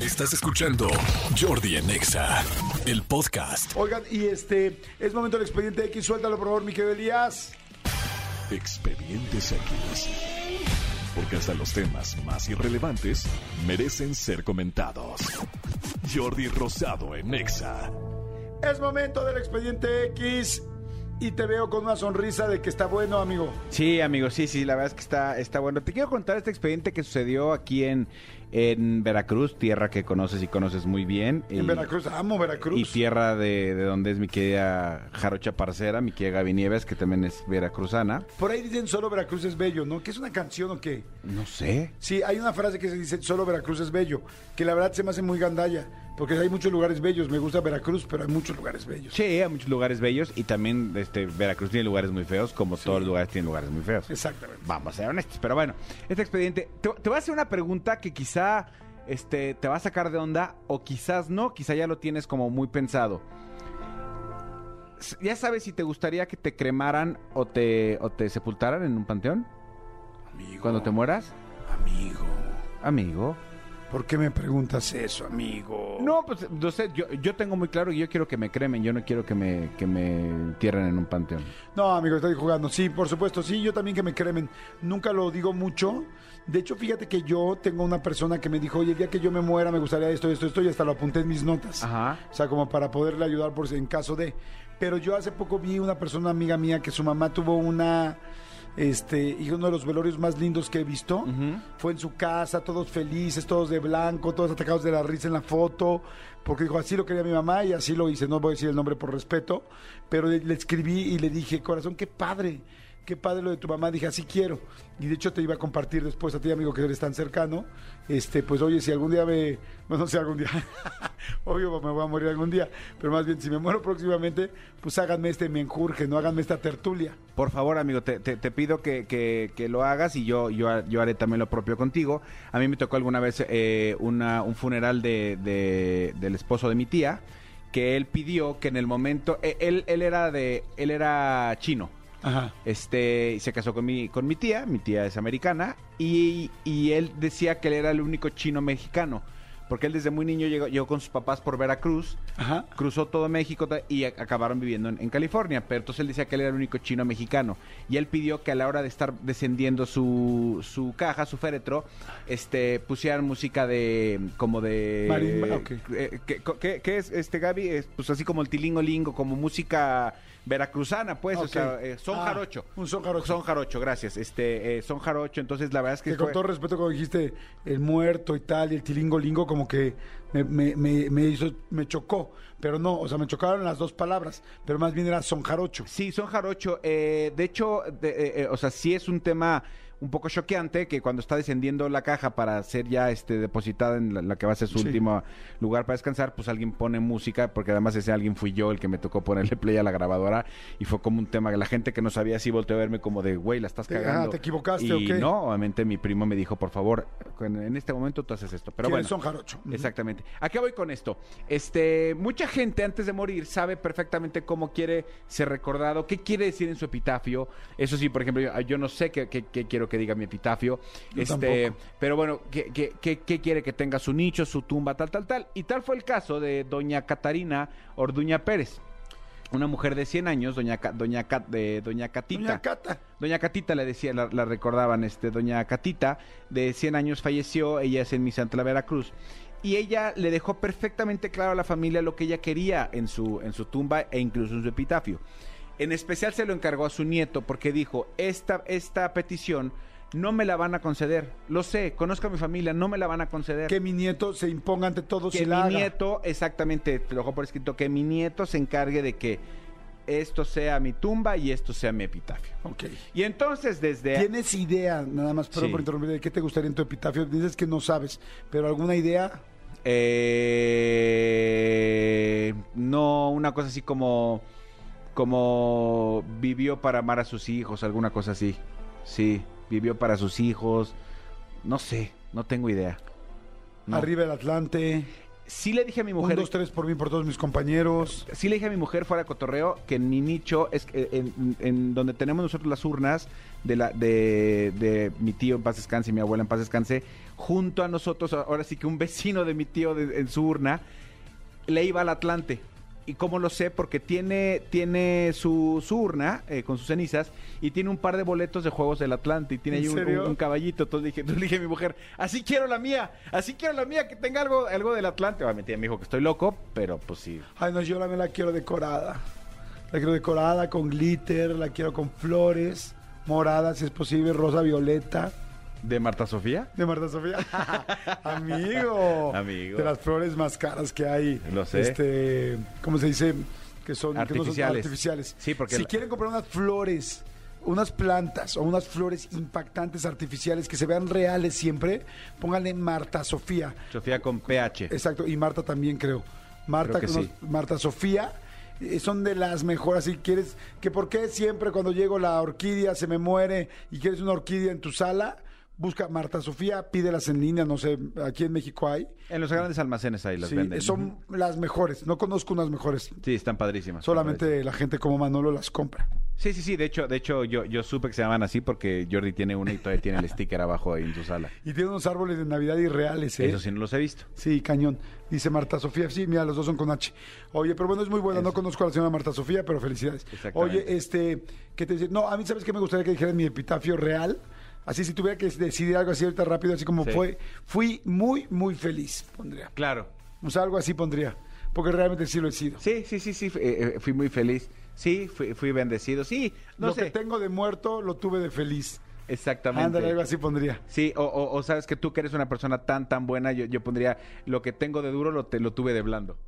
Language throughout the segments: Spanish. Estás escuchando Jordi en Exa, el podcast. Oigan, y este, es momento del expediente X, suéltalo por favor, mi querido Elías. Expedientes X. Porque hasta los temas más irrelevantes merecen ser comentados. Jordi Rosado en Exa. Es momento del expediente X y te veo con una sonrisa de que está bueno, amigo. Sí, amigo, sí, sí, la verdad es que está, está bueno. Te quiero contar este expediente que sucedió aquí en, en Veracruz, tierra que conoces y conoces muy bien. En y- Veracruz, amo Veracruz. Y tierra de, de donde es mi querida Jarocha Parcera, mi querida Gaby Nieves, que también es veracruzana. Por ahí dicen solo Veracruz es bello, ¿no? ¿Que es una canción o qué? No sé. Sí, hay una frase que se dice solo Veracruz es bello, que la verdad se me hace muy gandalla, porque hay muchos lugares bellos. Me gusta Veracruz, pero hay muchos lugares bellos. Sí, hay muchos lugares bellos y también este, Veracruz tiene lugares muy feos, como todos los lugares tienen lugares muy feos. Exactamente. Vamos a ser honestos, pero bueno, este expediente, te, te voy a hacer una pregunta que quizá este, te va a sacar de onda o quizás no, quizá ya lo tienes como muy pensado. S- ¿Ya sabes si te gustaría que te cremaran o te, o te sepultaran en un panteón Amigo, cuando te mueras? amigo, Amigo. ¿por qué me preguntas eso, amigo? No, pues no sé, yo, yo tengo muy claro que yo quiero que me cremen, yo no quiero que me, que me entierren en un panteón. No, amigo, estoy jugando. Sí, por supuesto, sí, yo también que me cremen. Nunca lo digo mucho. De hecho, fíjate que yo tengo una persona que me dijo, oye, el día que yo me muera me gustaría esto, esto, esto, y hasta lo apunté en mis notas. Ajá. O sea, como para poderle ayudar por si- en caso de. Pero yo hace poco vi una persona amiga mía que su mamá tuvo una. Este, y uno de los velorios más lindos que he visto fue en su casa, todos felices, todos de blanco, todos atacados de la risa en la foto, porque dijo así lo quería mi mamá y así lo hice. No voy a decir el nombre por respeto, pero le, le escribí y le dije, corazón, qué padre, qué padre lo de tu mamá. Dije, así quiero. Y de hecho te iba a compartir después a ti, amigo, que eres tan cercano. Este, pues oye, si algún día me. Bueno, no sé, algún día. Obvio, me voy a morir algún día. Pero más bien, si me muero próximamente, pues háganme este menjurje, no háganme esta tertulia. Por favor, amigo, te, te- te pido que, que- que lo hagas y yo, yo, ha- yo haré también lo propio contigo. A mí me tocó alguna vez eh, una- un funeral de- de- del esposo de mi tía, que él pidió que en el momento, eh, él, él era de, él era chino, Ajá. este, y se casó con mi, con mi tía, mi tía es americana, y, y él decía que él era el único chino mexicano, porque él desde muy niño llegó, llegó con sus papás por Veracruz, Ajá. cruzó todo México ta- y a- acabaron viviendo en, en California. Pero entonces él decía que él era el único chino mexicano. Y él pidió que a la hora de estar descendiendo su, su caja, su féretro, este, pusieran música de. como de. Marimba, ah, ok. eh, que, que- que es este Gaby, Es, pues así como el tilingo lingo, como música veracruzana, pues. O Ok. sea, eh, son Ah, jarocho. un son jarocho. Son jarocho, gracias. Este, eh, son jarocho. Entonces la verdad es que. Que con fue- todo respeto, como dijiste, el muerto y tal, y el tilingo lingo, como que me, me- me- me hizo, me chocó. Pero no, o sea, me chocaron las dos palabras, pero más bien era sonjarocho. Sí, son jarocho. Eh, de hecho, de- eh, eh, o sea, sí es un tema un poco choqueante que cuando está descendiendo la caja para ser ya este, depositada en la, la que va a ser su Sí. último lugar para descansar, pues alguien pone música, porque además ese alguien fui yo el que me tocó ponerle play a la grabadora y fue como un tema que la gente que no sabía así volteó a verme como de, güey, la estás Te- ah, cagando. ¿te equivocaste y o qué? no, obviamente mi primo me dijo, por favor, en, en este momento tú haces esto. Pero Que bueno. son jarocho. Exactamente. ¿A qué voy con esto? Este, mucha gente antes de morir sabe perfectamente cómo quiere ser recordado, qué quiere decir en su epitafio. Eso sí, por ejemplo, yo, yo no sé qué, qué- qué quiero que diga mi epitafio. Yo este, tampoco. pero bueno, ¿qué, qué- qué- qué quiere que tenga su nicho, su tumba, tal, tal, tal? Y tal fue el caso de doña Catarina Orduña Pérez. Una mujer de 100 años, doña, Ca- doña, Cat- de- doña Catita. Doña Cata. Doña Catita le decía, la, la recordaban, este, Doña Catita, de 100 años falleció, ella es en Misantla, Veracruz. Y ella le dejó perfectamente claro a la familia lo que ella quería en su, en su tumba e incluso en su epitafio. En especial se lo encargó a su nieto porque dijo, esta, esta petición no me la van a conceder. Lo sé, conozco a mi familia, no me la van a conceder Que mi nieto se imponga ante todos que y la mi haga. nieto, exactamente, te lo dejo por escrito, que mi nieto se encargue de que esto sea mi tumba y esto sea mi epitafio. Ok. Y entonces desde... ¿Tienes idea, nada más, perdón Sí. por interrumpir, de qué te gustaría en tu epitafio? Dices que no sabes, pero alguna idea. Eh, no, una cosa así como... Como vivió para amar a sus hijos, alguna cosa así. Sí, vivió para sus hijos. No sé, no tengo idea. No. Arriba el Atlante. sí le dije a mi Un, mujer, dos, tres por mí, por todos mis compañeros. sí le dije a mi mujer fuera de cotorreo que en mi nicho es que, eh, en, en donde tenemos nosotros las urnas de la de, de mi tío en paz descanse y mi abuela en paz descanse, junto a nosotros, ahora sí que un vecino de mi tío de- en su urna le iba al Atlante. ¿Y cómo lo sé? Porque tiene, tiene su, su urna eh, con sus cenizas y tiene un par de boletos de juegos del Atlante y tiene ¿En ahí un, serio? un- un caballito. Entonces dije, entonces le dije a mi mujer, así quiero la mía, así quiero la mía, que tenga algo, algo del Atlante. Obviamente ella me dijo que estoy loco, pero pues sí, Ay, no, yo la, me la quiero decorada. La quiero decorada con glitter, la quiero con flores, morada si es posible, rosa, violeta. ¿De Marta Sofía? De Marta Sofía. Amigo. Amigo. De las flores más caras que hay. Lo sé. Este, ¿cómo se dice? Que son que no son Artificiales. artificiales. Sí, porque Si la- quieren comprar unas flores, unas plantas o unas flores impactantes artificiales que se vean reales siempre, pónganle Marta Sofía. Sofía con PH. Exacto, y Marta también creo. Marta, Creo que con- sí. Marta Sofía. eh, Son de las mejores. Si quieres, que por qué siempre cuando llego la orquídea se me muere y quieres una orquídea en tu sala, busca Marta Sofía, pídelas en línea, no sé, aquí en México hay. En los grandes almacenes ahí las Sí, venden. son las mejores, no conozco unas mejores. Sí, están padrísimas. Solamente la gente como Manolo las compra. Sí, sí, sí. De hecho, de hecho yo, yo supe que se llaman así porque Jordi tiene una y todavía tiene el sticker abajo ahí en su sala. Y tiene unos árboles de Navidad irreales, ¿eh? Eso sí no los he visto. Sí, cañón. Dice Marta Sofía. Sí, mira, los dos son con H. Oye, pero bueno, es muy buena. No Eso. conozco a la señora Marta Sofía, pero felicidades. Exactamente. Oye, este, ¿qué te dice? No, a mí, ¿sabes qué me gustaría que dijeran mi epitafio real? Así, si tuviera que decidir algo así ahorita rápido, así como Sí. fue, fui muy, muy feliz, pondría. Claro. O sea, algo así pondría. Porque realmente sí lo he sido. Sí, sí, sí, sí. fu- eh, eh, fui muy feliz. Sí, fui, fui bendecido. Sí, no lo sé. que tengo de muerto lo tuve de feliz. Exactamente. Ándale, algo así pondría. Sí, o, o- o sabes que tú que eres una persona tan, tan buena, yo, yo pondría lo que tengo de duro lo, te, lo tuve de blando.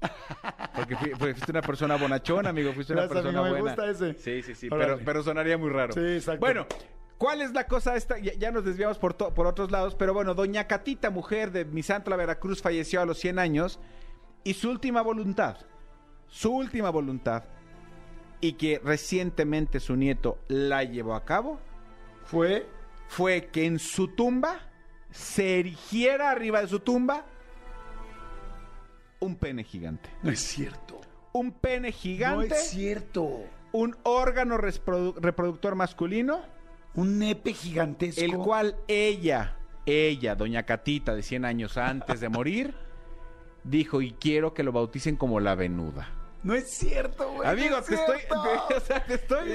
Porque fui- fui- fuiste una persona bonachona, amigo, fuiste una Gracias, persona amigo, me buena. gusta ese. Sí, sí, sí, Órale. pero, pero sonaría muy raro. Sí, exacto. Bueno, ¿cuál es la cosa esta? Ya, ya nos desviamos por, to- por otros lados, pero bueno, doña Catita, mujer de Misantla, Veracruz, falleció a los 100 años y su última voluntad, su última voluntad, y que recientemente su nieto la llevó a cabo, Fue fue que en su tumba se erigiera arriba de su tumba un pene gigante. No es cierto. Un pene No gigante, es cierto. un órgano resprodu- reproductor masculino, Un nepe gigantesco. el cual ella, ella, doña Catita, de 100 años antes de morir, dijo, y quiero que lo bauticen como la venuda. No es cierto, güey. Amigo, no es te estoy, cierto. te, o sea, te estoy,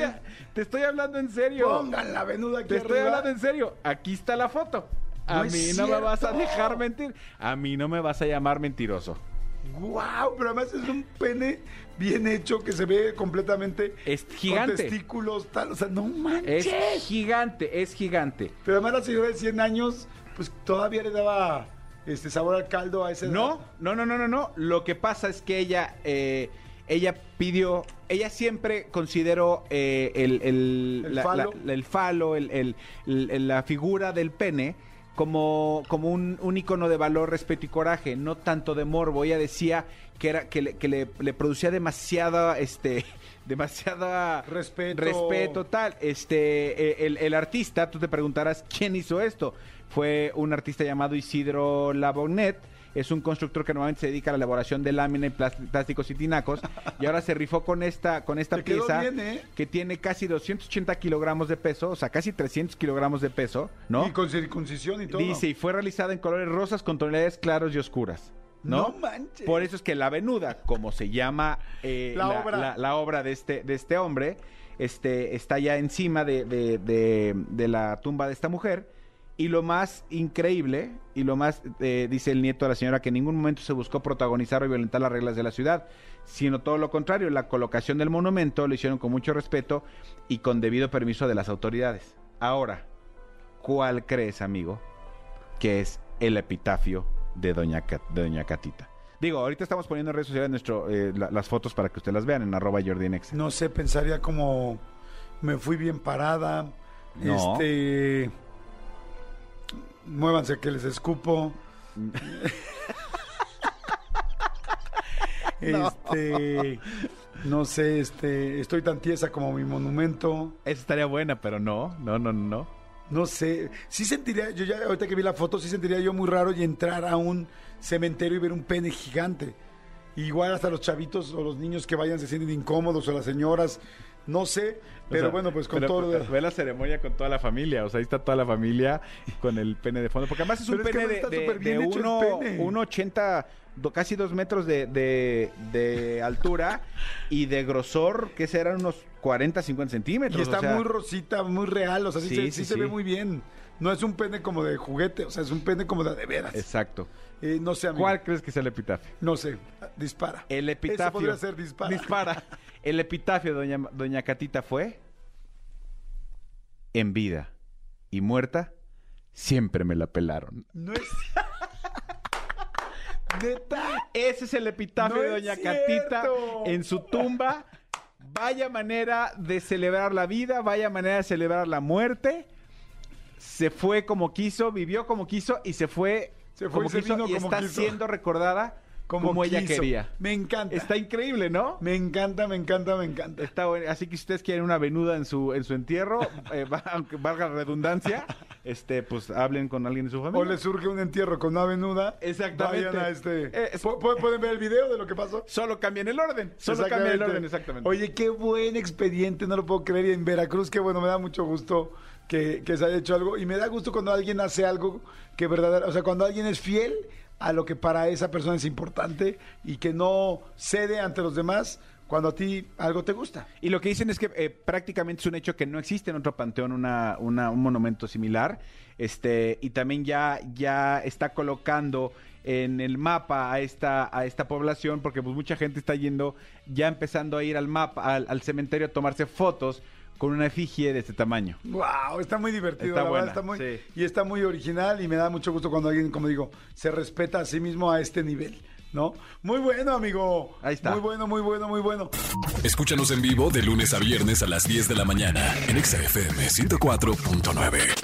te estoy hablando en serio. Pongan la venuda aquí Te estoy arriba. hablando en serio. Aquí está la foto. A No mí es no me vas a cierto. dejar mentir. A mí no me vas a llamar mentiroso. ¡Guau! Pero además es un pene bien hecho que se ve completamente... Es gigante. Con testículos, tal. O sea, no manches. Es gigante, es gigante. Pero además la señora de 100 años, pues todavía le daba este sabor al caldo a ese... No, no, no, no, no, no. Lo que pasa es que ella, eh, ella pidió, ella siempre consideró eh, el, el- El la, falo. la- el falo, el- el- el- el- la figura del pene como, como un, un icono de valor, respeto y coraje, no tanto de morbo. Ella decía que era que le, que le- le producía demasiada, este, demasiada Respeto. respeto, tal. Este, eh, el, el artista, tú te preguntarás quién hizo esto. Fue un artista llamado Isidro Labonet. Es un constructor que normalmente se dedica a la elaboración de lámina y plas- plásticos y tinacos. Y ahora se rifó con esta, con esta Te quedó pieza bien, ¿eh? que tiene casi 280 kilogramos de peso, o sea, casi 300 kilogramos de peso, ¿no? Y con circuncisión y todo. Dice, y fue realizada en colores rosas con tonalidades claros y oscuras. ¿No? No manches. Por eso es que la venuda, como se llama eh, La obra. la obra de este, de este hombre, este, está ya encima de, de- de- de la tumba de esta mujer. Y lo más increíble, y lo más, eh, dice el nieto de la señora, que en ningún momento se buscó protagonizar o violentar las reglas de la ciudad, sino todo lo contrario, la colocación del monumento lo hicieron con mucho respeto y con debido permiso de las autoridades. Ahora, ¿cuál crees, amigo, que es el epitafio de Doña, Cat- de Doña Catita? Digo, ahorita estamos poniendo en redes sociales nuestro, eh, la- las fotos para que ustedes las vean en arroba JordiNexa. No sé, pensaría como me fui bien parada. No. Este. Muévanse que les escupo. este. No sé, este. Estoy tan tiesa como mi monumento. Esa estaría buena, pero no, no, no, no, no. No sé, sí sentiría, yo ya ahorita que vi la foto, sí sentiría yo muy raro y entrar a un cementerio y ver un pene gigante. Igual hasta los chavitos o los niños que vayan se sienten incómodos o las señoras, no sé, pero sea, bueno, pues con pero, todo... lo de- Ve la ceremonia con toda la familia, o sea, ahí está toda la familia con el pene de fondo. Porque además es un Pero es que pene de, además está de- súper bien de hecho el uno, pene. 1,80, do- casi dos metros de, de- de altura y de grosor, que serán unos 40, 50 centímetros. Y está o sea, muy rosita, muy real, o sea, sí, Sí, se, sí, sí se sí. ve muy bien. No es un pene como de juguete, o sea, es un pene como de, de veras. Exacto. Eh, no sé, amigo. ¿Cuál crees que sea el epitafio? No sé, dispara. El epitafio. Eso podría ser dispara. Dispara. El epitafio de doña, doña Catita fue. En vida y muerta, siempre me la pelaron. No es... Neta. Ese es el epitafio ¡No de es Doña Catita cierto! en su tumba. Vaya manera de celebrar la vida, vaya manera de celebrar la muerte. Se fue como quiso, vivió como quiso y se fue, Se fue y se vino como está quiso. siendo recordada como, ella quiso. quería. Me encanta. Está increíble, ¿no? Me encanta, me encanta, me encanta. Está bueno. Así que si ustedes quieren una venuda en su, en su entierro, eh, va- aunque valga la redundancia, este, pues hablen con alguien de su familia. O le surge un entierro con una venuda. Exactamente. Vayan a este. Eh, es- ¿Pu- pu- ¿Pueden ver el video de lo que pasó? Solo cambian el orden. Solo cambian el orden, exactamente. Oye, qué buen expediente, no lo puedo creer. Y en Veracruz, qué bueno, me da mucho gusto que, que se haya hecho algo. Y me da gusto cuando alguien hace algo que verdadero, o sea, cuando alguien es fiel a lo que para esa persona es importante y que no cede ante los demás cuando a ti algo te gusta. Y lo que dicen es que eh, prácticamente es un hecho que no existe en otro panteón una, una- un monumento similar. Este, y también ya, ya está colocando en el mapa a esta, a esta población, porque pues mucha gente está yendo, ya empezando a ir al mapa, al, al cementerio a tomarse fotos con una efigie de este tamaño. Wow, está muy divertido, Está la buena, verdad, está muy, sí. y está muy original y me da mucho gusto cuando alguien, como digo, se respeta a sí mismo a este nivel, ¿no? Muy bueno, amigo. Ahí está. Muy bueno, muy bueno, muy bueno. Escúchanos en vivo de lunes a viernes a las 10 de la mañana en Exa FM 104.9.